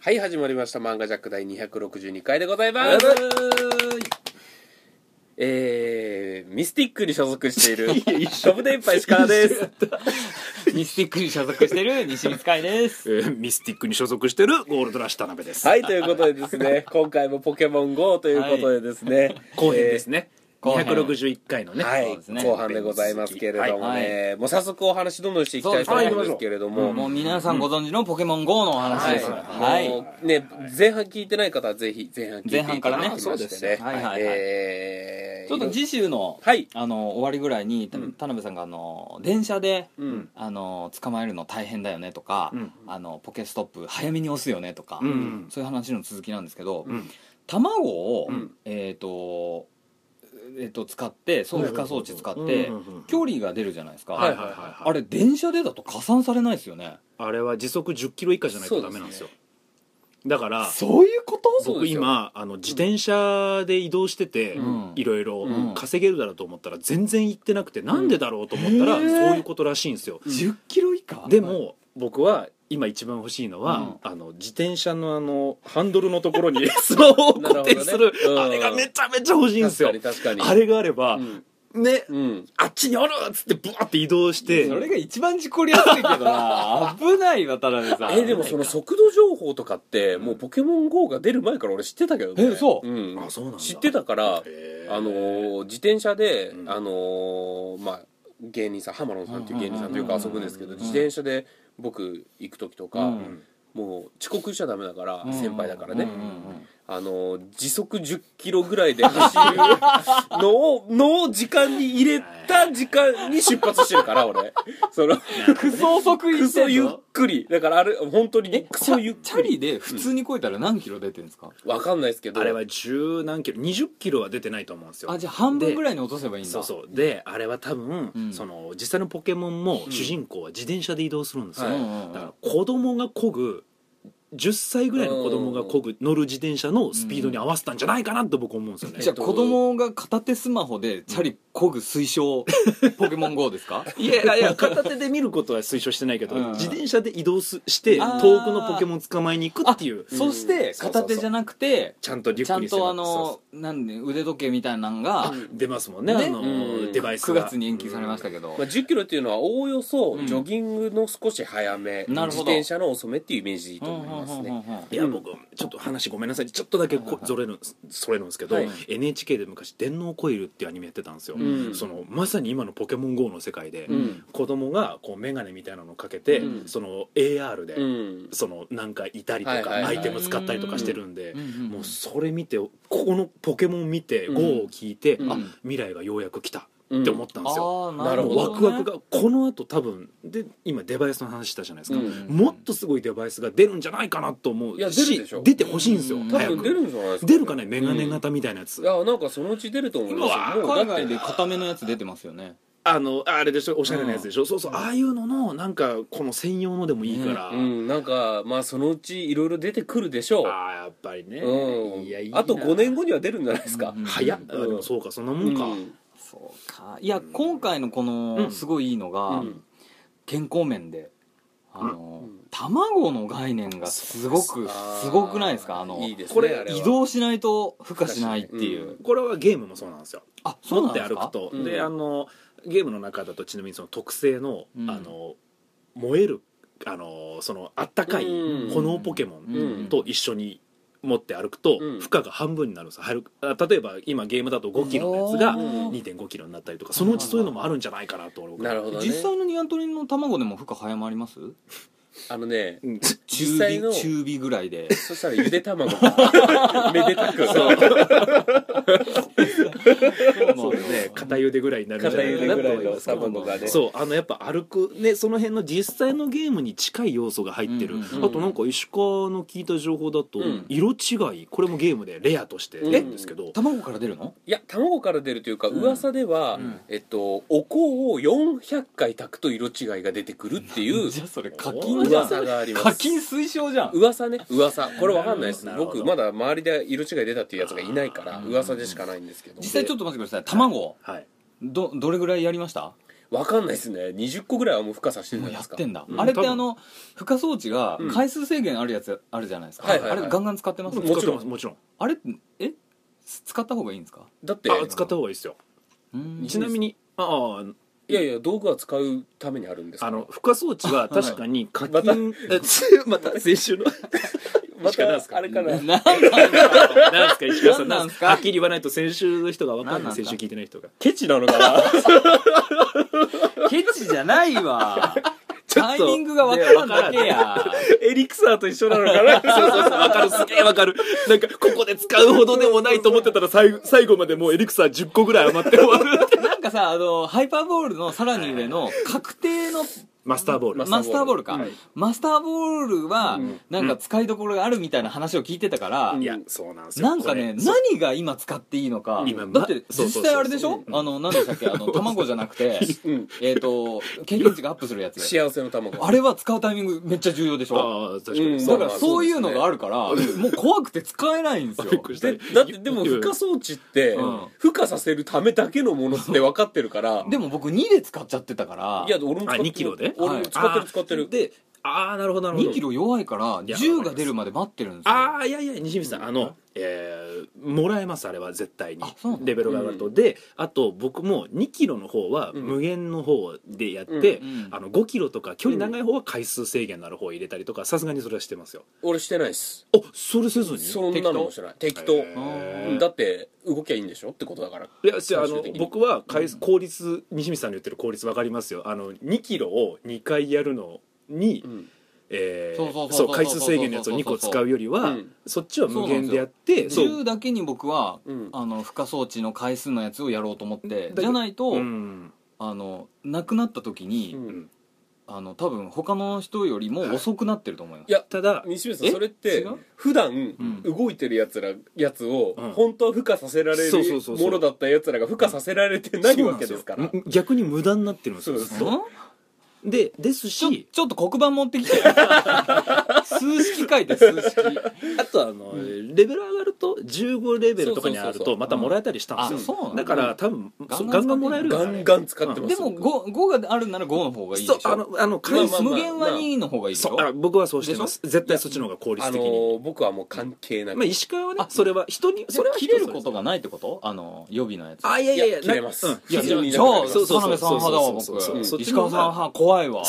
はい始まりました「漫画ジャック」第262回でございますえー、ミスティックに所属 している飛ぶ電波石川 ですミスティックに所属してる西光海です。えーミスティックに所属してるゴールドラッシュ田辺です。はいということでですね今回も「ポケモン GO」ということでですね、後編ですね。後編261回のね。はそういで、すね後半でございますけれどもね、もう早速お話どんどんしていきたいと思うんですけれども、もう皆さんご存知のポケモン GO のお話です。はもうい。ね、前半聞いてない方はぜひ前半聞いていただきま前半からねしてねはいはいはいえーちょっと次週の、はいあの終わりぐらいにた田辺さんがあの電車で、うんあの捕まえるの大変だよねとか、あのポケストップ早めに押すよねとか、んそういう話の続きなんですけど、ん卵を、んえっ、と。えっと使って送付加装置使っうんてうんうんうん距離が出るじゃないですか、はいはいはいはいあれ電車でだと加算されないですよねあれは時速10キロ以下じゃないとダメなんですよ。だから、そういうことそう僕ですよ今、あの、自転車で移動しててうん、いろいろうん稼げるだろうと思ったら全然行ってなくて、なんでだろうと思ったら、へそうーいうことらしいんですよ。 10キロ以下でも、僕は、今一番欲しいのは、あの自転車のあのハンドルのところにスマホを固定するなるほどねうんあれがめちゃめちゃ欲しいんですよ確かに確かにあれがあれば、うんねうんあっちにおるっつってブワって移動してそれが一番事故りやすいけどな 危ない渡辺さんえでもその速度情報とかってもう「ポケモン GO」が出る前から俺知ってたけどねえそうんあそうなんだ知ってたからへーあのー自転車で、うんあのーまあ芸人さん浜野さんっていう芸人さんとよく遊ぶんですけどうん自転車で僕行く時とか、うんもう遅刻しちゃダメだから、うん先輩だからね、うんうんうんあのー時速10キロぐらいで走るのをのを時間に入れた時間に出発してるから俺そのクソ遅いクソゆっのくりだからあれ本当にクソゆっチくャりリで普通に超えたら何キロ出てるんですか、わかんないですけどあれは十何キロ20キロは出てないと思うんですよあじゃあ半分ぐららいいに落とせばいいんだそうそうであれは多分、うんその実際のポケモンも主人公は自転車で移動するんですよ、はいだから子供が漕ぐ10歳ぐらいの子供が漕ぐ乗る自転車のスピードに合わせたんじゃないかなって僕思うんですよね、じゃあ子供が片手スマホでチャリこぐ推奨ポケモン GO ですかいやいや片手で見ることは推奨してないけど、うん自転車で移動すしてあー遠くのポケモン捕まえに行くっていうそして片手じゃなくてちゃんとリュちッゃクにんしてとあのなんで腕時計みたいなのが出ますもんねねあの、うんデバイス9が月に延期されましたけど、まあ、1 0キロっていうのはおおよそうんジョギングの少し早め、なる自ほど転車の遅めっていうイメージでいいとうん思いますうんうんねうんうんいや僕ちょっと話ごめんなさいちょっとだけこぞれるそれるんですけど、はい NHK で昔「電脳コイル」っていうアニメやってたんですよ、うんそのまさに今の「ポケモン GO」の世界で、うん子供がこう眼鏡みたいなのをかけて、うんその AR で、うんそのなんかいたりとか、はいはいはいアイテム使ったりとかしてるんで、うんうんうんもうそれ見てここのポケモン見てうん GO を聞いて、うんあ未来がようやく来たって思ったんですよ、あーなるほどワクワクがこのあと多分で今デバイスの話したじゃないですか、うんもっとすごいデバイスが出るんじゃないかなと思ういいや出るでしょ出てほしいんですようん多早分く出るんじゃないですか、出るかねメガネ型みたいなやつ、いやなんかそのうち出ると思いますよ今はもうだ海って外で固めのやつ出てますよねあのあれでしょおしゃれなやつでしょ、そうそうああいうののなんかこの専用のでもいいから、うんなんかまあそのうちいろいろ出てくるでしょうああやっぱりね、うんいやいいなあと5年後には出るんじゃないですか、うん早っ、あでもそうかそんなもんか、うんそうかいや今回のこのすごいいいのが、うん健康面であの、うん卵の概念がすごくあーすごくないですかあのいいですねこれあは移動しないと孵化しないっていう、うんこれはゲームもそうなんですよあそう持なっんですてか歩くとうんであのゲームの中だとちなみにその特性の,、うんあの燃えるあのそのあったかいうん炎ポケモンうんと一緒に持って歩くと、うん負荷が半分になるんですよはるあ例えば今ゲームだと5キロのやつがおー2 5キロになったりとかそのうちそういうのもあるんじゃないかなと俺なるほどね実際のニワトリの卵でも孵化早まりますあのねうん中実際の火中火ぐらい でそしたらゆで 卵がめでたくそうですね片茹でぐらいになるんじゃ片ない茹かでなぐとらい思いのますけど卵がねそうあのやっぱ歩くねその辺の実際のゲームに近い要素が入ってる、うんうんうんあとなんか石川の聞いた情報だと、うん色違いこれもゲームでレアとして出るんですけど、卵から出るのいや卵から出るというか、噂では、うんえっと、お香を400回炊くと色違いが出てくるっていうじゃあそれ課金じゃん噂がありま課す金推奨じゃん噂ね噂これわかんないですなるほど僕まだ周りで色違い出たっていうやつがいないから噂でしかないんですけど実際ちょっと待ってください卵はいどどれぐらいやりましたわかんないですね20個ぐらいはもう孵化させてるんもじうゃないでやっすかてんだ、うんあれっ多て分あの孵化装置がうん回数制限あるやつあるじゃないですか、はいはいはいあれガンガン使ってます、も使っちてろんますもちろんあれえ使った方がいいんですかだってあ使った方がいいですようーんちなみにああいやいや道具は使うためにあるんですかあの孵化装置は確かに課また金えま た先週のましかないですたかあれかななんなんだろう何ですか石川さん何何なんですすかかはっきり言わないと先週の人が分かん何ななんすい先か週聞いてない人がケチなのかなケチじゃないわちょタっとイミングが分からんだけねやエリクサーと一緒なのかな そうそうそう分かるすげえ分かるなんかここで使うほどでもないと思ってたら最後最後までもうエリクサー10個ぐらい余って終わるなんかさあのハイパーボールのさらに上の確定の マスターボールママスターボールか、はいマスターボールはうんなんか使いどころがあるみたいな話を聞いてたから、うんいやそうなんですよなんかねこれ何が今使っていいのか今だってそう実そうそう際あれでしょあの何でしたっけ あの卵じゃなくてうんえっと経験値がアップするやつ幸せの卵あれは使うタイミングめっちゃ重要でしょああ確かに、うんだからそういうのがあるからもう怖くて使えないんですびっよくりしたでだってでも孵化装置ってうん孵化させるためだけのものって分かってるからでも僕2で使っちゃってたからいや俺も使ってある2キロで俺も使ってる使ってるでああなるほどなるほど2キロ弱いからいや10が出るまで待ってるんですよああいやいや西水さん、あの、えーもらえますあれは絶対にあそうなのレベルが上がると、であと僕も2キロの方はうん無限の方でやって、うんうんあの5キロとか距離長い方は回数制限のある方を入れたりとかさすがにそれはしてますよ俺してないっすあそれせずにそんなのも知らない適当へーうんだって動きゃいいんでしょってことだからいやじゃああ最の終的に僕は回数効率西水さんの言ってる効率わかりますよあの2キロを2回やるのに、うんえーそうそうそうそう回数制限のやつを2個使うよりは、うんそっちは無限でやってそう10だけに僕はうんあの負荷装置の回数のやつをやろうと思ってだじゃないとうんあのなくなった時に、うんあの多分他の人よりも遅くなってると思います、いやただ西村さんえそれって違う普段うん動いてるやつらやつをうん本当は孵化させられるそうそうそうそうものだったやつらが孵化させられてないわけですからむ逆に無駄になってるんですよそううんでですちょしちょっと黒板持ってきて数式書いて数式あとあの、レベル上がると15レベルとかに上がるそうそうそうそとうまたもらえたりしたんですよ、うんあそうなんだだから多分ガンガンそうガンガンもらえるよガンガン使ってますでも 5, 5があるなら5の方がいいでしそうょあのあのまあ回ま数、あ無限は2の方がいいでしょ、そうあ僕はそうしてます絶対そっちの方が効率あ的のに、ー僕はもう関係なまあ、く石川はねあそれは人にそれは人切それぞることがないってことあの予備のやつあいやいやいやいや切れますうん非常にじじゃゃああそうそ田う辺さん派だわ僕そうそうそう石川さん派怖いわ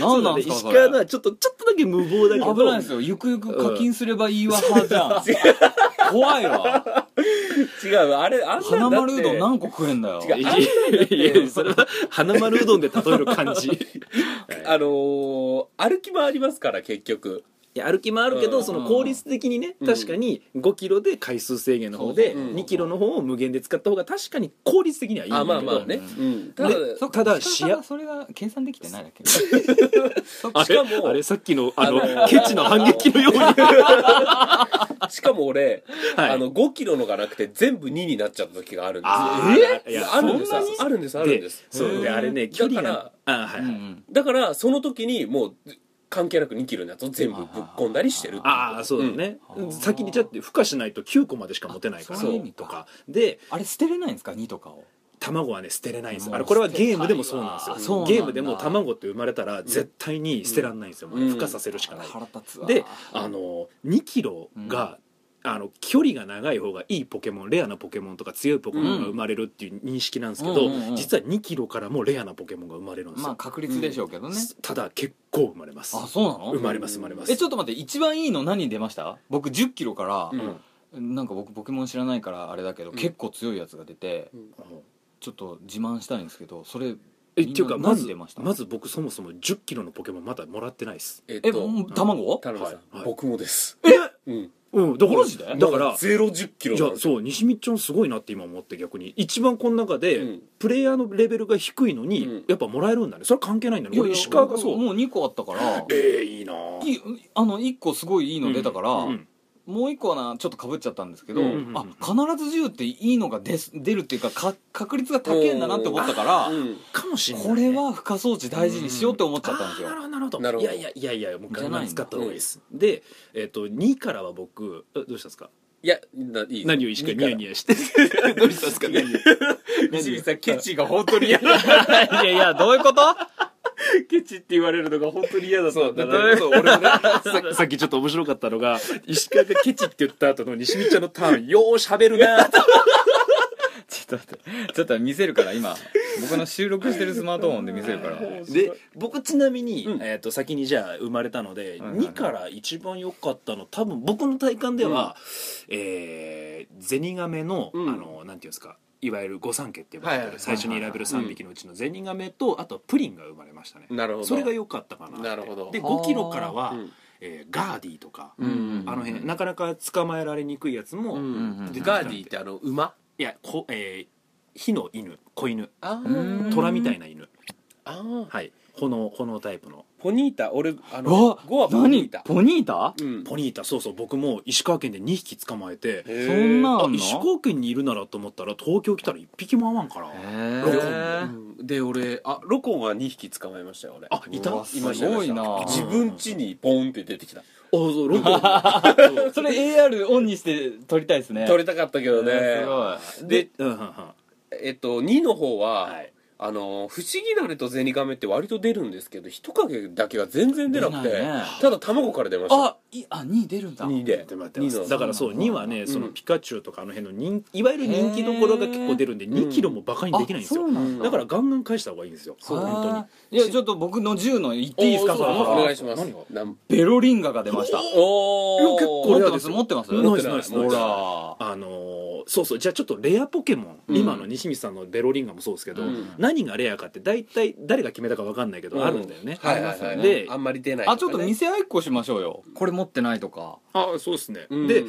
何なんですか石そ川のれはちょっとちょっとだけ無謀だけど危ないですよゆくゆく課金すればいいわ派じゃん怖い わ違うあれあんな花んだ丸っうどんて何個食えんだよ違ういやいやそれは花丸うどんで例える感じあのー歩き回りますから結局いや歩き回るけど、うんその効率的にね、うん確かに5キロで回数制限の方で、そうそう2キロの方を無限で使った方が確かに効率的にはいいんだあけどまあまあね、うん、たただだそっかただ石川さんはしそれが計算できてないだけそっあかれしかもあれさっきのあのあのケチの反撃のように、 はい、しかも俺、あの5キロのがなくて全部2になっちゃった時があるんですあーえいやあるんですそんなにあるんですあるんですでそうへでーあれね距離だがあはい、うんうはいんだからその時にもう関係なく2キロのやつを全部ぶっ込んだりしてるっていうことああそうだね、うん先にちょっと孵化しないと9個までしか持てないからあそういう意味かとかであれ捨てれないんですか2とかを卵はね捨てれないんですもうよあれこれはゲームでもそうなんあですそうよなんだゲームでも卵って生まれたら絶対に捨てらんないんですよ、もううん孵化させるしかない、腹立つわであの2キロが、あの距離が長い方がいいポケモンレアなポケモンとか強いポケモンが生まれるっていう認識なんですけど、うんうんうんうん実は2キロからもレアなポケモンが生まれるんですまあよ、確率でしょうけどねただ結構生まれますあそうな生のまれます生まれますえちょっと待って一番いいの何出ました僕1 0キロかうらんなんか僕ポケモン知らないからあれだけどうん結構強いやつが出てうんちょっと自慢したいんですけどそれえっていうかみんなま何ず出ましたまず僕そもそも1 0キロのポケモンまだもらってないですえっえともう卵田辺さん、はいはい僕もですえうんうんだからマジでだからゼロ1 0キロじゃあそう西光ちゃんすごいなって今思って逆に一番この中で、うんプレイヤーのレベルが低いのに、うんやっぱもらえるんだねそれは関係ないんだねいやい俺や石川がそうもう2個あったからええいいなぁいいあの1個すごいいいの出たから、うんうんもう1個はなちょっとかぶっちゃったんですけど、うんうんうんうんあ必ず10っていいのが出す出るっていうかか確率が高えんだなって思ったから、うんかもしれないね、これは孵化装置大事にしようって思っちゃったんですよ、あーなるほどななるほどるほどいやいやいやいやもうガンガン使った方がいいです、で、えっと2からは僕えどうしたんですかいいやないい何を石か川ニヤニヤして どうしたんですかね西口さんケチが本当に嫌だいやいや、どういうことケチって言われるのが本当に嫌だったんだそうだなってそう俺もねささっきちょっと面白かった のが石川がケチって言った後の西見ちゃんのターンようしゃべるなとちょっと待って、ちょっと見せるから、今。僕の収録してるスマートフォンで見せる から。で僕ちなみに、うんえー、と先にじゃあ生まれたので、はいはい2から一番良かったの多分僕の体感では、えーゼニガメの,、うんあのなんていうんですかいわゆる御三家って呼ばれてはいはいはるい最初に選べる3匹のうちのゼニガメとあとはプリンが生まれましたねなるほどそれが良かったかなってなるほどで5キロからは、うんえーガーディとか、うんあの辺なかなか捕まえられにくいやつも、うんうんでガーディーってあの馬いやこ、えー火の犬子犬あうん虎みたいな犬あーはい炎炎タイプのポニータ俺あうのわゴはポニー何タポニータうんポニータそうそう僕も石川県で2匹捕まえてへーそんなあんの石川県にいるならと思ったら東京来たら1匹も合わんからロコンへうんで俺あロコンは2匹捕まえましたよ俺あいたうわあすごいな自分家にポンって出てきたそうロコンそうそれ AR オンにして撮りたいです ね取れたかったけどえねーすでうんうんうんはえっと2の方は、いあの不思議なれとゼニガメって割と出るんですけど人影だけが全然出なくて出ないねただ卵から出ましたあいあ2出るんだ2で二のだからそうそうなんだ2はねそうのんピカチュウとかあの辺の人いわゆる人気どころが結構出るんでん2キロもバカにできないんですよあそうなんだだからガンガン返した方がいいんですよそう本当に本当にいやちょっと僕の10の言っていいですかおそそうれお願いします何がなんベロリンガが出ましたおーいや結構持っレてアまですす持ってます持ナっイてスないナイス持ってほないらあのーそうそうじゃあちょっとレアポケモン、うん今の西光さんのベロリンガもそうですけど、うん何がレアかって大体誰が決めたか分かんないけど、うんあるんだよね、はいはいはあいりますよねあんまり出ないあちょっと見ねせ合いっこしましょうよこれ持ってないとかあそうですね、うんで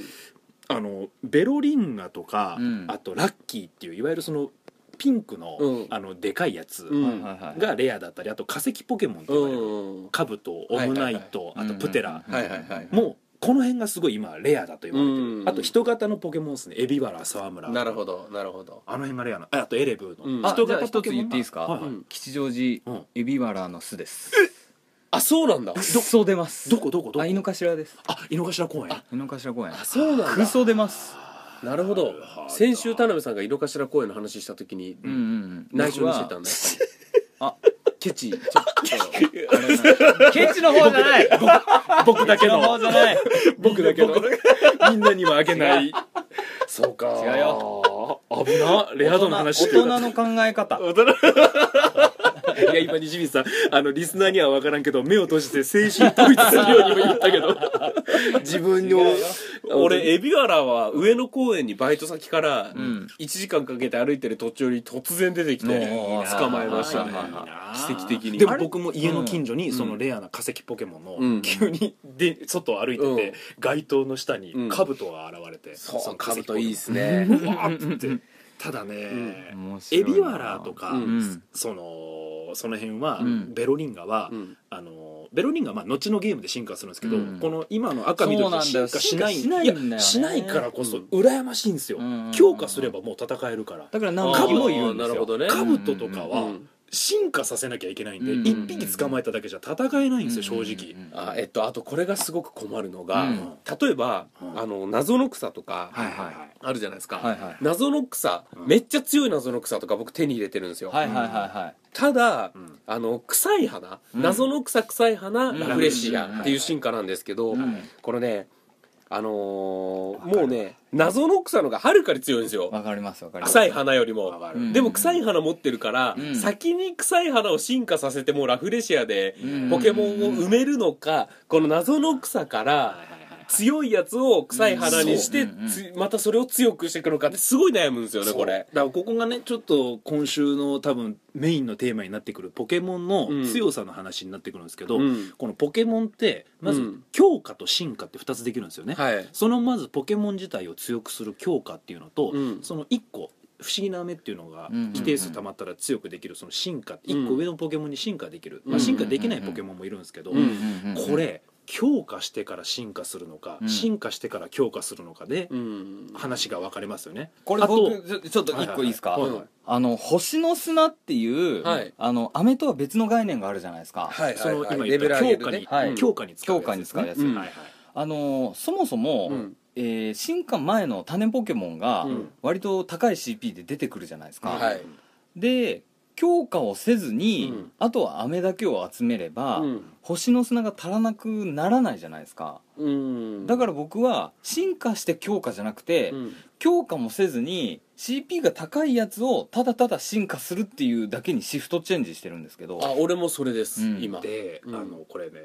あのベロリンガとか、うんあとラッキーっていういわゆるそのピンクの,、うんあのでかいやつうんはいはいはいがレアだったりあと化石ポケモンってう呼ばれる、んカブトオムナイト、はいはいはいあとプテラ、うんはいはいはいもうこの辺がすごい今レアだと言われてる、うんあと人型のポケモンですねエビワラ沢村なるほどなるほどあの辺がレアなああとエレブーの、うんあ人じゃあ型ポ一つケモンが言っていいですか、はいはいうん吉祥寺うんエビワラの巣ですあそうなんだクソ出ますどこどこどこあ井の頭ですあ井の頭公園井の頭公園あそうなんだクソ出ますなるほど先週田辺さんが井の頭公園の話した時にうんうんうん内緒にしてたんだあ ケチやっぱり ケチの方じゃない僕だけケチのの方じゃない僕だけのみんなにはあげないそうか違うよ危なレア度の話大人の考え方いや今西水さんあのリスナーには分からんけど目を閉じて精神統一するようにも言ったけど自分の 俺エビワラは上野公園にバイト先からん1時間かけて歩いてる途中に突然出てきておー捕まえましたねいいな奇跡的にであもれ僕も家の近所にうんそのレアな化石ポケモンうんの急にで外を歩いてうんて街灯の下にうん兜が現れてそう化か石ぶポケとモンいいですねうわーっつってただね面白いエなビワラとか、うんそのその辺は、うんベロリンガは、うんあのベロリンガはまあ後のゲームで進化するんですけど、うんこの今の赤緑で進化しないそうなんだよ進化しないんだよねいやしないからこそうん羨ましいんですよ、うん強化すればもう戦えるからだから何カカブ匹ブももいいるるんんでですすよなよるほどねカブトとかうはん進化させなきゃいけないんで、うん一匹捕まえただけじゃ戦えないんですよ正直、あえっとあとこれがすごく困るのがうん例えばうんあの謎の草とかはいはいあるじゃないですか、はいはい謎の草、うんめっちゃ強い謎の草とか僕手に入れてるんですよ、はいはいはただ、うんあの臭い花、うん謎の草臭い花、うんラフレシアっていううん進化なんですけど、いはいうんこれねあのーわかるもうね謎の草のがはるかに強いんですよわかりますわかります臭い花よりもわかうるんでも臭い花持ってるから、うん先に臭い花を進化させてもうラフレシアでうんポケモンを埋めるのかこの謎の草から強いやつを臭い花にして、うんつまたそれを強くしていくのかってすごい悩むんですよねこれだからここがねちょっと今週の多分メインのテーマになってくるポケモンの強さの話になってくるんですけど、うんこのポケモンってまうずん強化と進化って2つできるんですよね、はいそのまずポケモン自体を強くする強化っていうのと、うんその1個不思議な目っていうのがうんうんうん規定数たまったら強くできるその進化って1個うん上のポケモンに進化できる、うまあ、ん進化できないポケモンもいるんですけど、うんこれ強化してから進化するのか、うん進化してから強化するのかでうん話が分かれますよね。これあと僕ちょちょっと一個いいですかはいはいはいあの星の砂っていうはいあの飴とは別の概念があるじゃないですかはいそはいのはい今レ言っベルた上げ強る化にねはい強化に使う強化に使うやつうんはいはいあのそもそもうんえー進化前の種ポケモンがうん割と高い CP で出てくるじゃないですか、はいで強化をせずに、うんあとは飴だけを集めれば、うん星の砂が足らなくならないじゃないですかうんだから僕は進化して強化じゃなくて、うん強化もせずに CP が高いやつをただただ進化するっていうだけにシフトチェンジしてるんですけどあ俺もそれです、うん今で、うんあのこれね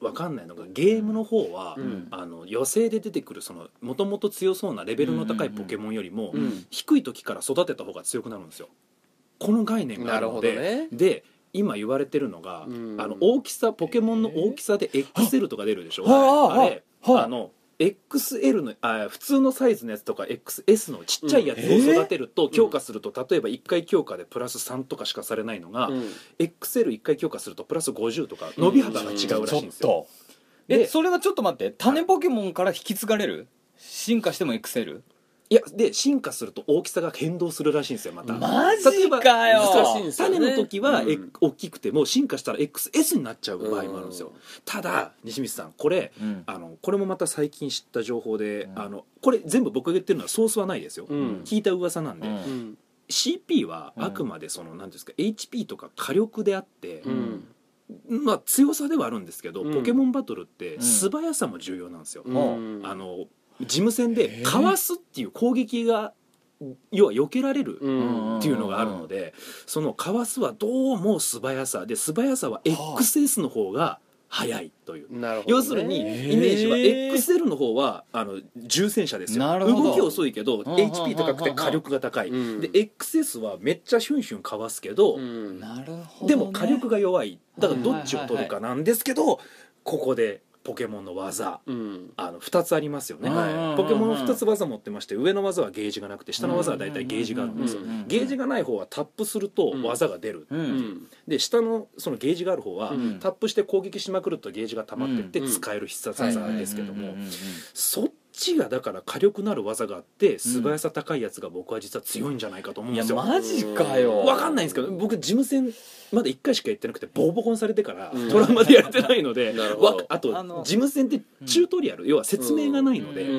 わかんないのがゲームの方は、うんあの予選で出てくるそのもともと強そうなレベルの高いポケモンよりも、うん低い時から育てた方が強くなるんですよこの概念があるのでなるほどねで今言われてるのが、うんあの大きさポケモンの大きさで XL とか出るでしょ、はああれ、はああの XL のあ普通のサイズのやつとか XS のちっちゃいやつを育てると、強化すると例えば1回強化でプラス3とかしかされないのが、うん XL1 回強化するとプラス50とか伸び幅が違うらしいんですちよ、ょっとえでそれはちょっと待って種ポケモンから引き継がれる進化してもエクセルいやで進化すると大きさが変動するらしいんですよまたマジかよ例えば難しいんですよね種の時は、えうん大きくても進化したら XS になっちゃう場合もあるんですよ、ただ西光さんこれうんあのこれもまた最近知った情報で、うんあのこれ全部僕が言ってるのはソースはないですよ、うん聞いた噂なんで、うん CP はあくまでその何ですか HP とか火力であってう、んまあ強さではあるんですけど、うんポケモンバトルってん素早さも重要なんですよ、うんあの事務戦でえーかわすっていう攻撃が要は避けられるうんっていうのがあるのでそのかわすはどうも素早さで素早さは XS の方が早いという、なるほどね、要するにイメえージはへー XL の方はあの重戦車ですよなるほど動き遅いけどんうんうんうん HP 高くて火力が高いでうん XS はめっちゃヒュンヒュンかわすけど、うんなるほど、ね、でも火力が弱いだからどっちを取るはかなんですけど、ここでポケモンの技うんあの2つありますよね、うんうんうんポケモンは2つ技持ってまして上の技はゲージがなくて下の技は大体ゲージがあるんですよ、うんゲージがない方はタップすると技が出る、うん、うんで下のそのゲージがある方は、うんタップして攻撃しまくるとゲージが溜まってってうん使える必殺技うなんんうですけども、うんうんうんそっちがだから火力のある技があって素早さ高いやつが僕は実は強いんじゃないかと思ういんでやすよ、マジかよわかんないんですけど僕事務戦まだ1回しかやってなくてボコボコにされてからうんトラウマでやれてないのでなるほどわかあとあの事務戦ってチュートリアル要は説明がないのうんでうん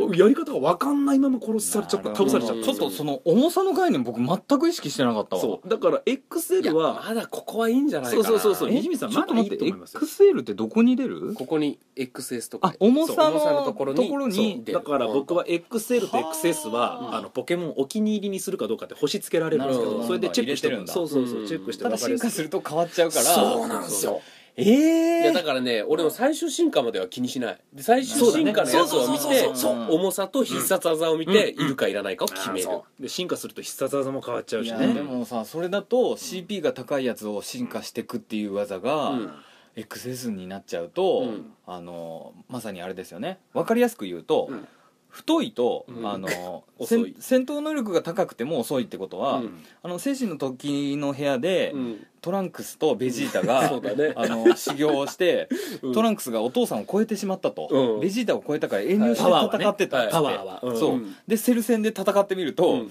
うんうんやり方がわかんないまま殺されちゃった倒されちゃっなるほどたちょっとその重さの概念僕全く意識してなかったわそうだから XL はまだここはいいんじゃないかなそうそうそうそうえ西水さんちょっとまだ待いっいてと思いますよ XL ってどこに出るここに XS とかあ重さそう重さののととこころろにに出るだから僕は XL と XS ははああのポケモンお気に入りにするかどうかって星つけられるんですけなるほどどそれでチェックして入れてるんだそうそうそううんチェックしてただ進化するると変わっちゃうからそうなんですよええいやだからね俺も最終進化までは気にしないで最終進化のやつを見そうだねてそうそうそうそう重さと必殺技を見ていうんるかいらないかを決めるあーそうで進化すると必殺技も変わっちゃういしやねでもさそれだと CP が高いやつを進化していくっていう技が、うん XS になっちゃうと、うんあのまさにあれですよね分かりやすく言うと、うん太いと、うんあの遅戦い戦闘能力が高くても遅いってことは、うんあの精神の時の部屋で、うんトランクスとベジータが、そうだねあの修行をして、うんトランクスがお父さんを超えてしまったと、うんベジータを超えたから遠慮してはいパワーはね戦ってたっつってパワーはうんそう、うんでセル戦で戦ってみると、うん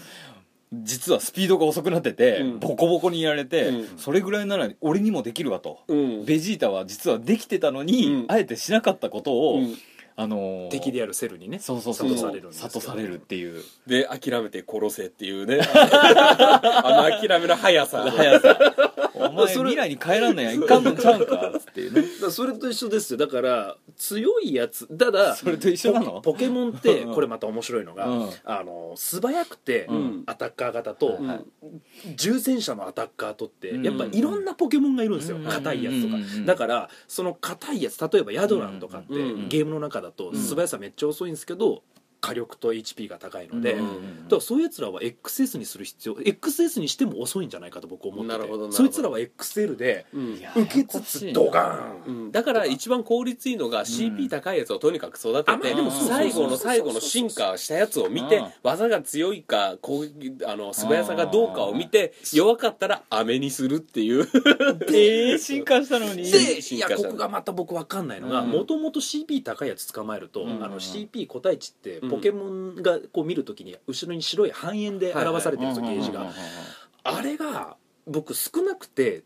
実はスピードが遅くなってて、うんボコボコにやられて、うんそれぐらいなら俺にもできるわと、うんベジータは実はできてたのに、うんあえてしなかったことを、うんあのー敵であるセルにねそうそうそう諭されるんですけど諭されるっていうで諦めて殺せって いうねあの諦めの速さ速さお前それ未来に帰らんのやいかんのちゃうんかっつってねだからそれと一緒ですよだから強いやつただそれと一緒なのポポケモンってうんこれまた面白いのが、うんあの素早くてうんアタッカー型と、うん重戦車のアタッカーとって、うんやっぱいろんなポケモンがいるんですようん硬、いやつとか、うんだからその硬いやつ例えばヤドランとかって、うんゲームの中だとうん素早さめっちゃ遅いんですけど、火力と HP が高いので、うんだからそういうやつらは XS にする必要 XS にしても遅いんじゃないかと僕思っててなるほどなるほどそいつらは XL でうんいや受けつつドガーンうんだから一番効率いいのが CP 高いやつをとにかく育あてまあてでもそうそうそう最後の最後の進化したやつを見てうん技が強いか攻撃あの素早さがどうかを見て弱かったら飴にするっていうえー、進化したのにででいやここがまた僕分かんないのがうんもともと CP 高いやつ捕まえると、うんあの CP 個体値ってポケモンがこう見るときに後ろに白い半円で表されてるんですよ、ゲージが、あれが僕少なくて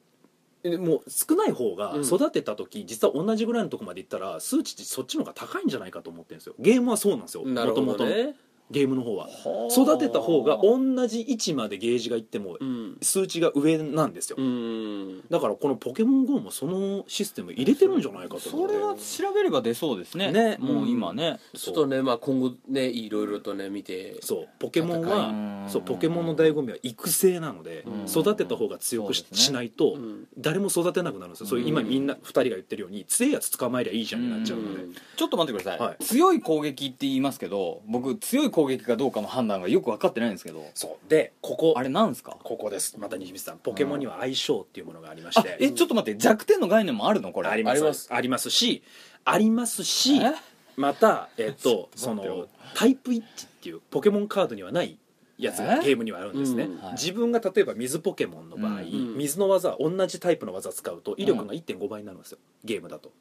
でもう少ない方がうん育てた時、実は同じぐらいのとこまでいったら数値値そっちの方が高いんじゃないかと思ってるんですよゲームはそうなんですよなもるとほもどとねゲームの方ははあ育てた方が同じ位置までゲージがいってもうん数値が上なんですよ、うんだからこの「ポケモン GO」もそのシステム入れてるんじゃないかとそ思ってれは調べれば出そうですねねもう今ね、ちょっとねまあ今後ねいろいろとね見てそうポケモンうはそうポケモンの醍醐味は育成なのでうん育てた方が強くし,、そうですねないとうん誰も育てなくなるんですよ、そういう今みんな2人が言ってるように強いやつ捕まえりゃいいじゃんになっちゃうので、うんちょっと待ってください、はい強い攻撃って言いますけど僕強い攻撃かどうかの判断がよく分かってないんですけどそうでここあれなんですかここですまた西光さんポケモンには相性っていうものがありましあてえちょっと待って弱点の概念もあるのこれありありまますすありますしありますしえまたえっ とそ待ってのよタイプ一致っていうポケモンカードにはないやつがえゲームにはあるんですね、うんはい自分が例えば水ポケモンの場合、うん水の技同じタイプの技使うと威力が1.5倍になるんですよゲームだと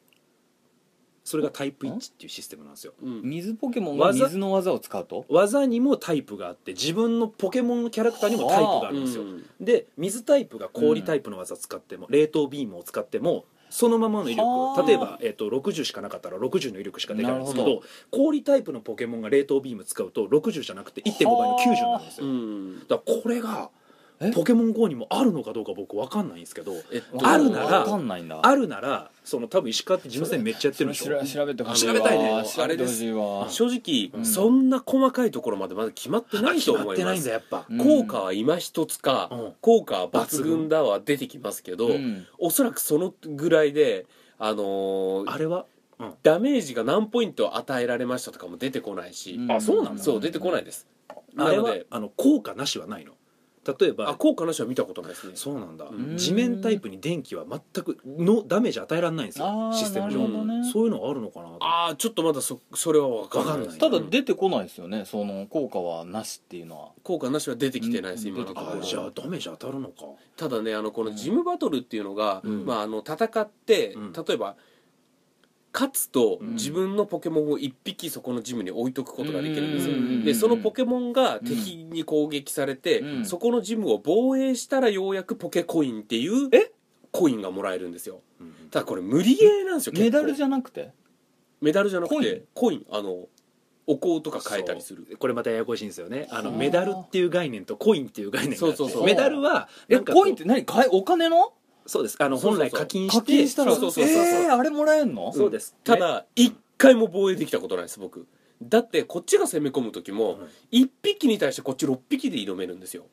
それがタイプ一致っていうシステムなんですようん水ポケモンが技水の技を使うと技にもタイプがあって自分のポケモンのキャラクターにもタイプがあるんですよ、うんで水タイプが氷タイプの技使っても、冷凍ビームを使ってもそのままの威はあ力例えば、えっと60しかなかったら60の威力しか出ないんですけどなるほ氷タイプのポケモンが冷凍ビーム使うと60じゃなくて1.5倍の90になるんですよ、うんだからこれがえポケモン GO にもあるのかどうか僕分かんないんですけどえっとあるならわかんないんだあるならその多分石川って事務所でめっちゃやってるでしそれょは調べてほしい調べたいねわ調べてほしいわ正う直んそんな細かいところまでまだ決まってないと思い決まってなまいんだすやっぱ、うん効果は今一つかうん効果は抜群だは出てきますけどうんおそらくそのぐらいであのーあれはダメージが何ポイント与えられましたとかも出てこないしうんあそうなんだそう出てこないですあなれのはであの効果なしはないの例えあば効果なしは見たことないですねそうなんだ、うん地面タイプに電気は全くのダメージ与えられないんですよあシステーなムる上ほどねそういうのがあるのかなとああちょっとまだそそれは分かんないです分ただうん出てこないですよねその効果はなしっていうのは効果なしは出てきてないですうん今のと出てここなあいろーじゃあダメージ当たるのかただねあのこのジムバトルっていうのが、うんまあ、あの戦って、うん例えば勝つとうん自分のポケモンを1匹そこのジムに置いとくことができるんですよ、うんうんうんうんでそのポケモンが敵に攻撃されて、うんそこのジムを防衛したらようやくポケコインっていうコインがもらえるんですようんただこれ無理ゲーなんですよメダルゃじゃなくてメダルじゃなくコイてンコインあのお香とか変えたりするそうこれまたややこしいんですよねあのはあメダルっていう概念とコインっていう概念があってそうそうそうメダルはえなんかこうコインって何かえお金のそうですあのそう本そうそう来課金して課金したらそうそうそうそうえーあれもらえんのそうですねただ一回も防衛できたことないです僕だってこっちが攻め込む時もうん1匹に対してこっち6匹で挑めるんですよ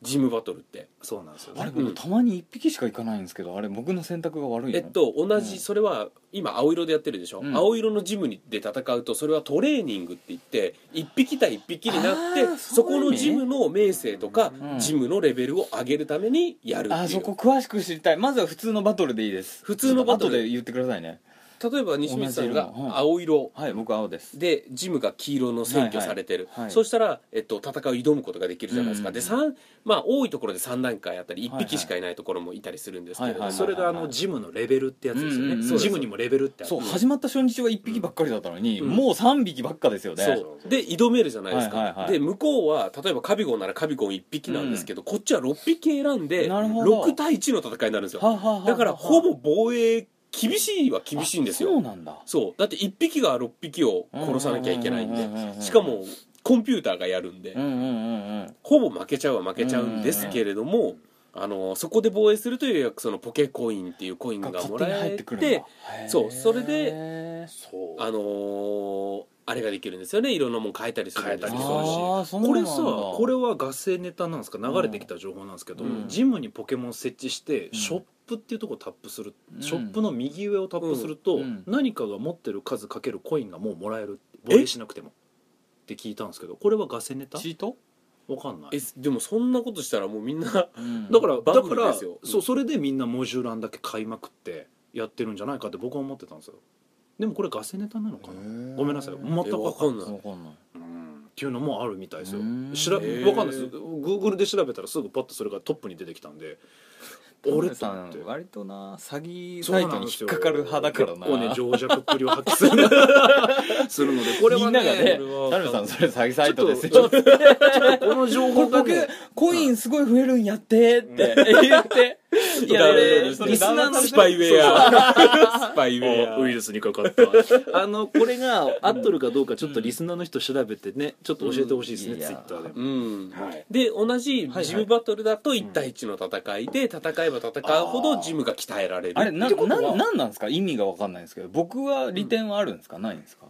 ジムバトルってそうなんですよあれねう僕んたまに1匹しか行かないんですけどあれ僕の選択が悪いのえっと同うじんそれは今青色でやってるでしょ、うん青色のジムにで戦うとそれはトレーニングって言って1匹対1匹になっあてーそそうこいう意味のジムの名声とか、うんジムのレベルを上げるためにやるっていうあそこ詳しく知りたいまずは普通のバトルでいいです普通のバトルちょっと後で言ってくださいね例えば西光さんが同じ色のうん青色はい僕青ですでジムが黄色の占拠されてる、はいはいはいそうしたら、えっと、戦う挑むことができるじゃないですか、うんで三まあ多いところで3段階あったりは1いはい匹しかいないところもいたりするんですけれど、はいはいそれがあのジムのレベルってやつですようんうんうんねジムにもレベルってあるそう始まった初日は1匹ばっかりだったのに、うんもう3匹ばっかですよねそうで挑めるじゃないですか、はいはいはいで向こうは例えばカビゴンならカビゴン1匹なんですけど、こっちは6匹選んでなるほど6対1の戦いになるんですよはあはあはあはあだからほぼ防衛厳しいは厳しいんですあそうよなんだそうだって1匹が6匹を殺さなきゃいけないんうんうんうんうんうんでしかもコンピューターがやるんで、うんうんうんうんほぼ負けちゃうは負けちゃうんですけれども、あのそこで防衛するというよりはそのポケコインっていうコインが勝も手にら入えっててくるんだへーそうそれでそうあのーあれができるんですよねいろんなもん変えたりするんですけ変えたりするしどあーそうこなれんださこれは合成ネタなんですか流れてきた情報なんですけど、うんジムにポケモン設置して、んショップっていうとこをタップする、うんショップの右上をタップすると、うんうん何かが持ってる数かけるコインがもうもらえる防衛しなくてもって聞いたんですけどこれは合成ネタチート、わかんないえでもそんなことしたらもうみんなうんだからうんだバかブルらですよそうそれでみんなモジュランだけ買いまくってやってるんじゃないかって僕は思ってたんですよでもこれ合成ネタなのかへなーごめんなさい全えくわわかかんなんいないわかんないっていうのもあるみたいですようんしらわへーかんないですグーグルで調べたらすぐパッとそれがトップに出てきたんで俺俺とさ思っんて割とな詐欺そサうイなトんにです引よっかかる派だからな結構ね情弱っぷりを発揮するするの でこれみはんながねこれは 「タルさんそれ詐欺サイトですちょよっ」この情 これ報が僕ね コインすごい増えるんやって」って言っていやダウンロー俺ドしてリスナーのスパイウェアスパイウェアウイルスにかか ったあのこれが合っとるかどうかちょっとリスナーの人調べてねちょっと教えてほしいですね、うんツイッターでも、うんはいで同じはいジムバトルだと1対1の戦いで戦えば戦うほどジムが鍛えられるあれなってことはななんなんですか意味が分かんないんですけど僕は利点はあるんですか、ないんですか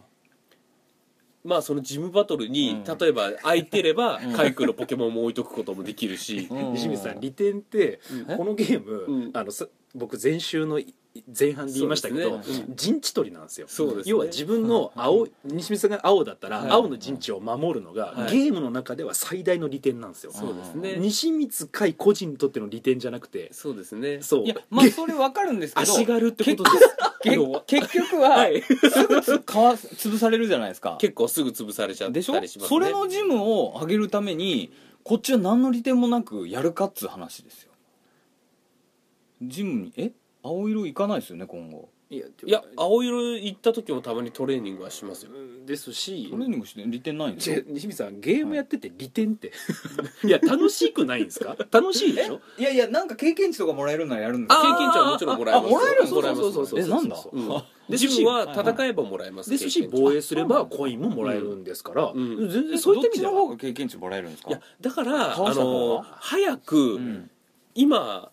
まあそのジムバトルに、うん例えば空いてればうんカイクのポケモンも置いとくこともできるし、うん西水さん利点ってうんえこのゲーム、うんあのさ僕前週のい前半で言いましたけそど、うですね陣地取りなんですよそうですね要は自分の青い西水さんが青だったら、はい青の陣地を守るのが、はいゲームの中では最大の利点なんですよ、そうですね西光海個人にとっての利点じゃなくてそうですねそういやまあそれ分かるんですけど足軽ってことですけ要は結局は、はいすぐつかわ潰されるじゃないですか結構すぐ潰されちゃったでりししょますねそれのジムを上げるためにこっちは何の利点もなくやるかっつう話ですよジムにえ青色いかないですよね今後いやいや青色行った時もたまにトレーニングはしますよですしトレーニングして利点ないんですじゃよ西見さんゲームやってて利点って、い、や楽しくないんですか 楽しいでしょいやいやなんか経験値とかもらえるならやるんで経あー験値はもちろんもらえますあもらえるんですもらえますそうそうそうえなんだうんでジムは戦えばもらえますですし経験値防衛すればコインももらえるんですから、うんうん全然そそうういいっったた意意味ではどっちの味では方が経験値もらえるんですかいやだからあ倒した方のが早く、うん今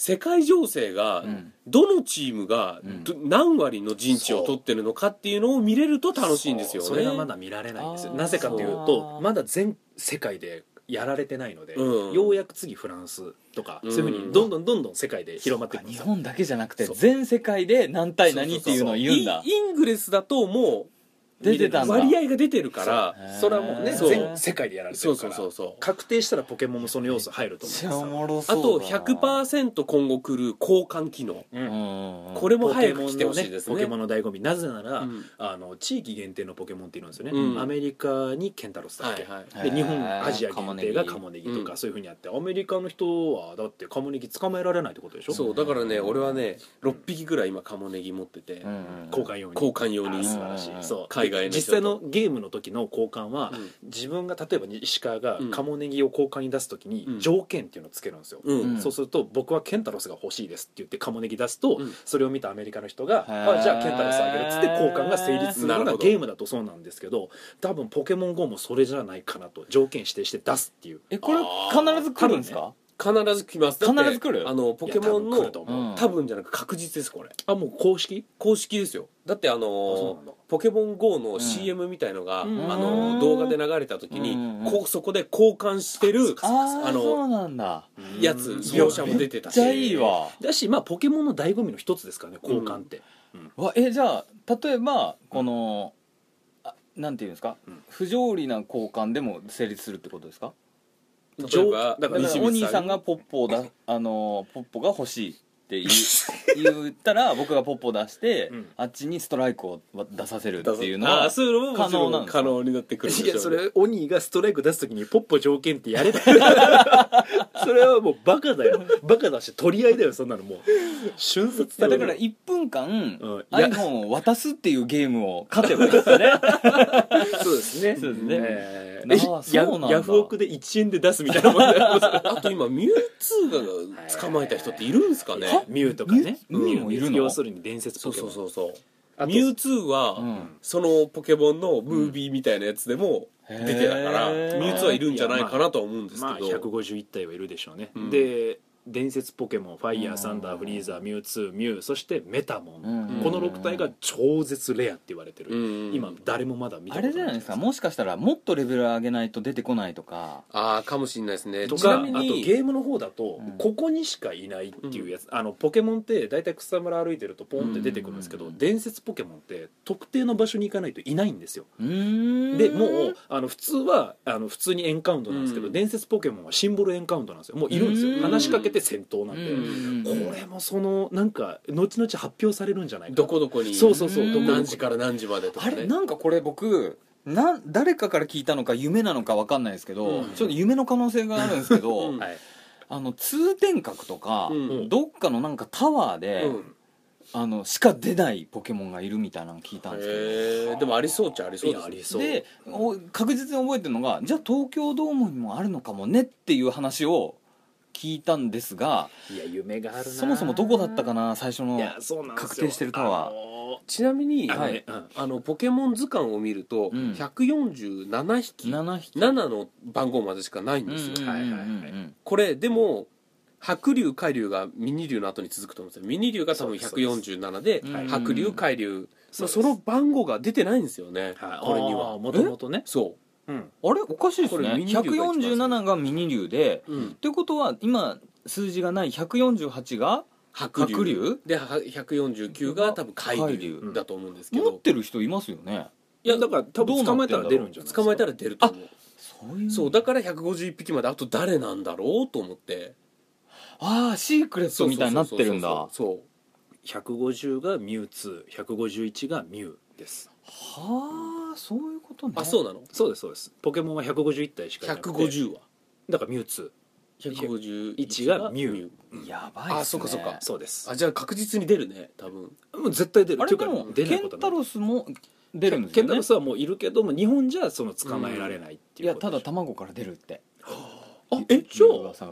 世界情勢が、うんどのチームが、うんど何割の陣地を取ってるのかっていうのを見れると楽しいんですよねそうそれがまだ見られないんですよあーなぜかというそとうまだ全世界でやられてないので、うんようやく次フランスとか、うんそういうふうにどんどんどんどん世界で広まっていくんで日すよ本だけじゃなくてそう全世界で何対何っていうのを言うんだインイングレスだともう出てたんだ割合が出てるからへーそれはもうねそう全世界でやられてそうるかそうらそうそう確定したらポケモンもその要素入るとめっ思ちゃおうんですよもろあそとうだな100%今後来る交換機能うんうんこれもポケ早くモン来てのほしねいですねポケモンの醍醐味なぜなら、うんあの地域限定のポケモンっているんですよね、うんアメリカにケンタロスだっけ、はいはいでへー日本アジア限定がカカモモネギギとかそういうふうにあって、アメリカの人はだってカモネギ捕まえられないってことでしょそうだからね俺はね6匹ぐらい今カモネギ持ってて、うんうん交換用に交換用あにー素晴らしい、うんうんうんそう海外の人と実際のゲームの時の交換は、うん自分が例えば石川がうんカモネギを交換に出す時にうん条件っていうのをつけるんですよ、うんそうすると僕はケンタロスが欲しいですって言ってカモネギ出すと、うんそれを見たアメリカの人が「へーあじゃあケンタロスあげる」っつって交換が成立するのなるがほどゲームだとそうなんですけど多分ポケモン GO もそれじゃないかなと条件指定して出すっていうえこれ必ず来るんですか必ず来ますだって必ず来るあのポケモンいや多分来るの多と思ううん分じゃなく確実ですこれあもう公式公式ですよだってああそうのなんだポケモン GO うのん CM みたいのが、うんあの動画で流れた時に、うんこうそこで交換してるあああのそうなんだやつそう描写も出てめたっしちゃいいわだしまあポケモンの醍醐味の一つですからね交換って、わえじゃあ例えばこの、あなんていうんですか、うん不条理な交換でも成立するってことですか例えばだだかかららだからお兄さんががポッポをだあのポッポが欲しいって言う言ったら僕がポッポを出して、うんあっちにストライクを出させるっていうのあはーそういうのももち可能なろんんですか可能になってくるんでしょういねやそ れ鬼がストライク出す時にポッポ条件ってや ればそれはもうバカだよバカだし取り合いだよそんなのもう瞬殺だよだから1分間、うんいや iPhone を渡すっていうゲームを勝てばいいですよねそうですねそうですねえなあーヤそうなんだヤフオクで1円で出すみたいなもんだよあと今ミュウツーが捕まえた人っているんですかねはミュウとかね ミュミュウもいるの要するに伝説そうポケそモンうそうそうあとミュウツーは、うんそのポケモンのムービーみたいなやつでもうん出てたから、へーミュウツーはいるんじゃないかなとは思うんですけど、まあ151体はいるでしょうね、うんで伝説ポケモンファイヤーサンダうーんフリーザーミュウツーミュウそしてメタモン、うんこの6体が超絶レアって言われてる、うん今誰もまだ見たあことれじゃないですかもしかしたらもっとレベル上げないと出てこないとかああかもしれないですねとちなかあみとにゲームの方だと、うんここにしかいないっていうやつ、あのポケモンって大体草むら歩いてるとポンって出てくるんですけど、うん伝説ポケモンって特定の場所に行かないといないんですようーんでもうあの普通はあの普通にエンカウントなんですけど、うん伝説ポケモンはシンボルエンカウントなんですよもういるんですうよ、ん話しかけて戦闘なんで、うんこれもそのなんか後々発表されるんじゃないかなどこどこにそうそうそううんどこどこ何時から何時までとあかれねなんかこれ僕なん誰かから聞いたのか夢なのか分かんないですけど、うんちょっと夢の可能性があるんですけど、うんはい あの通天閣とか、うんどっかのなんかタワーで、うんあのしか出ないポケモンがいるみたいなの聞いたんですへえでもありそうっちゃありそうですいやありけそどうで、お確実に覚えてるのがじゃあ東京ドームにもあるのかもねっていう話を聞いたんですがいや夢があるなそもそもどこだったかな最初のいやそうなんですよ確定してるタワーあのちなみに、ーあのねうんあのポケモン図鑑を見ると、うん147匹7 7匹の番号までしかないんですよ、うんうんはいうんはいはいうんこれでも白龍海龍がミニ龍の後に続くと思うんですよミニ龍が多分147でそうですはい白龍海龍そのうですその番号が出てないんですよね、はいこれにはもともとねそうんあれおかしいですこねれミニ竜が一番最初147がミニ竜でう、うんということは今数字がない148が白龍白龍では149が多分海龍だと思うんですけ持っどてる人いますよねいやだから多分どう捕なまっえてたんだろうら出るんじゃないですか捕まえたら出ると思うそういうそうだから151匹まであと誰なんだろうと思ってああシークレットみたいになってるんだはそうそうそうそうそう150がミュウツー151がミュウですあそういうことねあそううなのそうですそうですポケモンは151体しかいなくて150はだからミュウツ151 1がミュウやばいっすねあそうかそうかーそうですあじゃあ確実に出るね多分もう絶対出るあっていれうかでも出なケいこンとはなタいロスも出るんですケよンタねロスはもういるけども日本じゃその捕まえられないっていいうやことただでしょ、卵から出るってあえじじゃゃ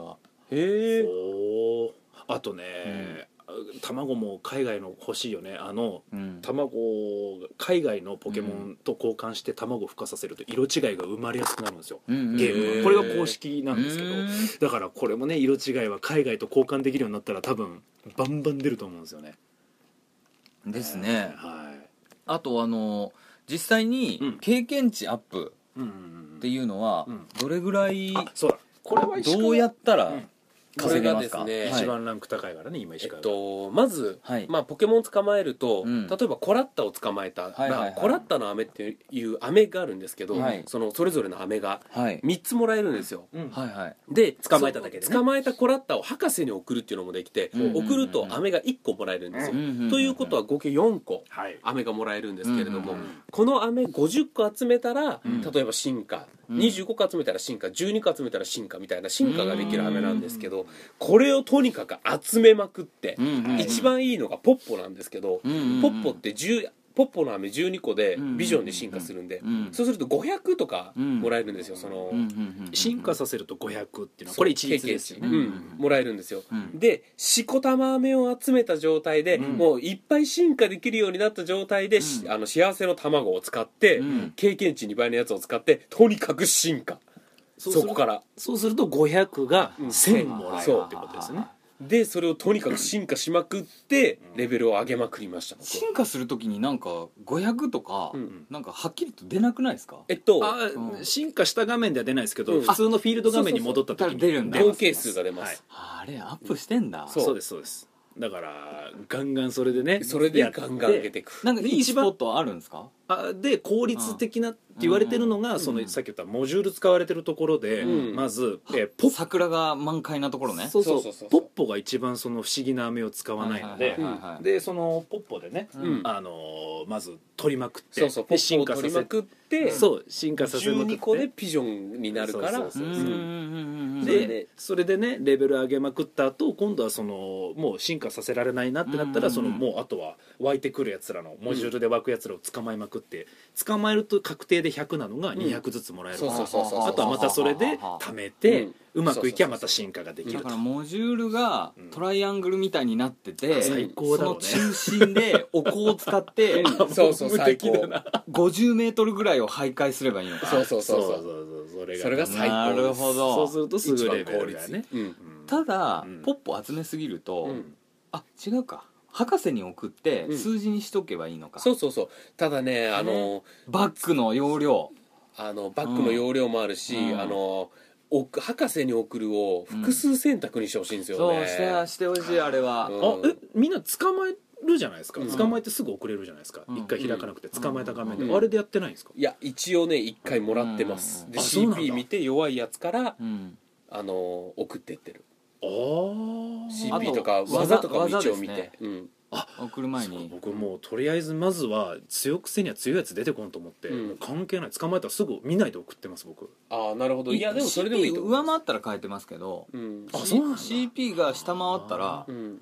ああへえおーあとね、卵も海外の欲しいよねあのうん卵を海外のポケモンと交換して卵を孵化させると色違いが生まれやすくなるんですよ、うんうんゲームへはーこれが公式なんですけど、うんだからこれもね色違いは海外と交換できるようになったら多分バンバン出ると思うんですよねですねはあとあの実際にうん経験値アップい、うんっていうのはうんどれぐらいあそうだこれは石川どうやったらうんこれ稼げがまですすかねはい一番ランク高いからね今え石っ川が、とまずはいまあポケモン捕まえるとうん例えばコラッタを捕まえたはいはいはらいコラッタの飴っていう飴があるんですけどはいそのそれぞれの飴がはい3つもらえるんですようんはいはいで捕まえただけでねその捕まえたコラッタを博士に送るっていうのもできてうん送ると飴が1個もらえるんですようんうんうんということは合計4個はい飴がもらえるんですけれども、うんうんうんこの飴50個集めたら、うん例えば進化、うん25個集めたら進化12個集めたら進化みたいな進化ができる飴なんですけうどんこれをとにかく集めまくってう、んうんうん一番いいのがポッポなんですけど、うんうんうんポッポって10ポッポの飴12個でうんビジョンに進化するんで、うんそうすると500とかもらえるんですよ、その、うんうんうん進化させると500っていうのはこれ一律ですよ経ね、験値うんうん、もらえるんですよ、うんでしこたま飴を集めた状態で、うんもういっぱい進化できるようになった状態で、しうんあの幸せの卵を使って、うん経験値2倍のやつを使ってとにかく進化そそうするこからそうすると500がうん1000もらえるってことですねでそれをとにかく進化しまくってレベルを上げまくりました僕は進化するときになんか500とかうんなんかはっきりと出なくないですかえっとあうん進化した画面では出ないですけど、うん普通のフィールド画面に戻った時にそうそうそう出るんだ出ま合す計数が出ます、あれアップしてんだそそううですそうですだからガンガンそれでねそれでガンガン上げてていくなんかいいスポットあるんですかあで効率的なって言われてるのが、うんそうんのさっき言ったモジュール使われてるところで、うんまず、えーポッ桜が満開なところねそうそうそうそうそうそうポッポが一番その不思議な飴を使わないのはでいはいはいはいでそのポッポでね、うんあのーまず取りまくってそうそうポでッ進プ化をさ取りせまくってそう進化させまくって12個でピジョンになるからそうそうそううんんうんうんうんそれででそれでねレベル上げまくった後今度はそのもう進化させられないなってなったら、うんそのもうあとは湧いてくるやつらのモジュールで湧くやつらを捕まえまくって捕まえると確定で100なのが200ずつもらえる、そうそうそうそうあとはまたそれで貯めて、うんうまくいきゃまた進化ができだるとからモジュールがうんトライアングルみたいになってて最高だろうねその中心でお香を使 ってそうそう無最敵高だな50メートルぐらいを徘徊すればいいのかそうそうそうそうそうそれがそれが最高ですなるほどそうするとすぐ一番レベル効が率ねね、うんただ、うんポッポ集めすぎると、うんあ違うか博士に送ってうん数字にしとけばいいのか、そうそうそうただねあのバッグの容量あのバッグの容量もあるし、うんあのお博士に送るを複数選択にしてほしいんですよそうね、してしてほしいあれは、うんあえみんな捕まえるじゃないですか、うん捕まえてすぐ送れるじゃないですか、うん一回開かなくて捕まえた画面で、うんあれでやってないんですかいや一応ね1回もらってます、うんであそうなんだ CP 見て弱いやつからうんあの送ってってるあーあと CP とか技技とかも一応見て、技ですうん送る前そうに僕もうとりあえずまずは強くせには強いやつ出てこんと思って、うん関係ない捕まえたらすぐ見ないで送ってます僕ああなるほどいやでもそれでもいいと CP 思い上ま回ったら変えてますけど、すうんあそうなんだ CP が下回ったらうん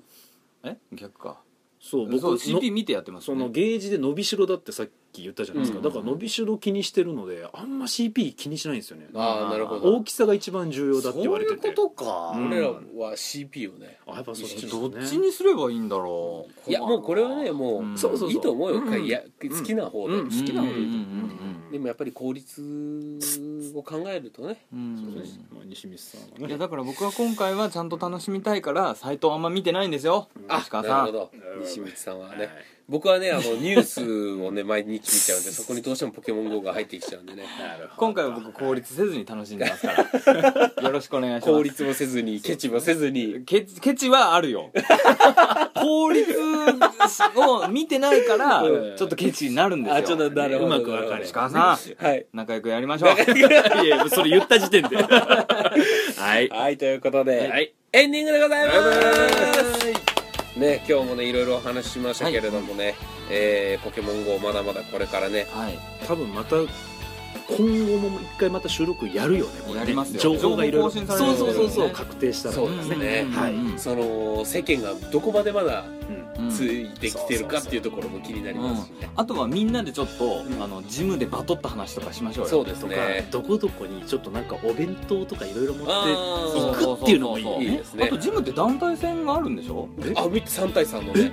え逆かそう僕そうの CP 見てやってますそねのゲージで伸びしろだってさっき言ったじゃないですか、うんだから伸びしろ気にしてるのであんま CP 気にしないんですよねああなるほど大きさが一番重要だって言われててそういうことか、うん俺らは CP をねあやっぱそっちどでっすちねにすればいいんだろういやもうこれはねもうんうそうそうそういいと思うよ、うんいや好きな方で、うん好きな方でいいうんとうんうんでもやっぱり効率を考えるとねうんそうですまあ西光さんはいやねだから僕は今回はちゃんと楽しみたいからサイトあんま見てないんですよあ石川なさるほんど西光さんはね僕はねあのニュースをね毎日見ちゃうんでそこにどうしても「ポケモン GO」が入ってきちゃうんでねなるほど今回は 僕効率せずに楽しんでますからよろしくお願いします効率もせずにケチもせずにケチケチはあ るよ効率を見てないからうんちょっとケチになるんですよあちょっとなるうほどまくわかれ石川さんはい仲良くやりましょういやそれ言った時点 ではいはいということで、はいエンディングでございますはいね今日もねいろいろお話ししましたけれどもね、えーポケモン GO まだまだこれからねはい多分また今後も一回また収録やるよねこれねやりますよ情報がいろいろ情そ報う更新されるよそねうそうそう確定したらそうですねうんはいうんその世間がどこまでまだうんうんついてきてるかっていうところも気になりますしね、あとはみんなでちょっと、うんあのジムでバトった話とかしましょうよそうですとかねどこどこにちょっとなんかお弁当とかいろいろ持ってあそうーそうそうそう行くっていうのもいいいいですねあとジムって団体戦があるんでしょえあ見て3対3のね、ね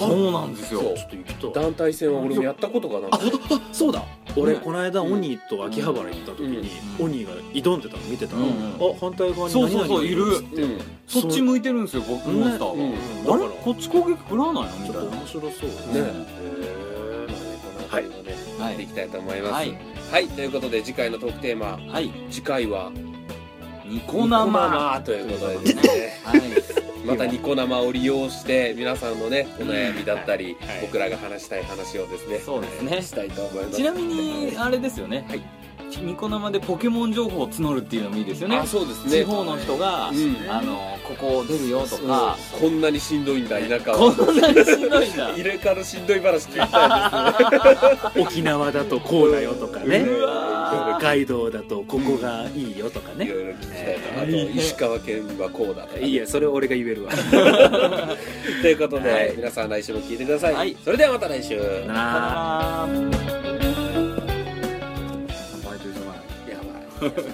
うんそうなんですよそうちょっと行きたい団体戦は俺もやったことがなあくほんてとあそうだ俺うんこの間オニーと秋葉原行った時にうんオニーが挑んでたの見てたらうんあ反対側にそう何そうそう々いがるっつっうてんそっち向いてるんですよ僕ねモンスターうが、んだからあれこっち攻撃食らわないのみちょったとい面白ねそうな、ねこの辺りをね、はやっていいきたいと思いますははいい、ということで次回のトークテーマはい次回は「ニニココ生生」ということでですねはいまたニコ生を利用して皆さんのねお悩みだったり、うんはい僕らが話したい話をですねそうですねしたいと思いますちなみにあれですよね、はいニコ生でポケモン情報を募るっていうのもいいですよねあそうですね地方の人が、うんあのここ出るよとか、うんこんなにしんどいんだ田舎はこんなにしんどいんだ入れ替わるしんどい話聞きたいで沖縄だとこうだよとかねうわーガイドだとここがいいよとかすねいねろいろ聞きたいとあいいねと石川県はこうだとかねいやそれ俺が言えるわということで、はい皆さん来週も聞いてください、はいそれではまた来週やさよなならばい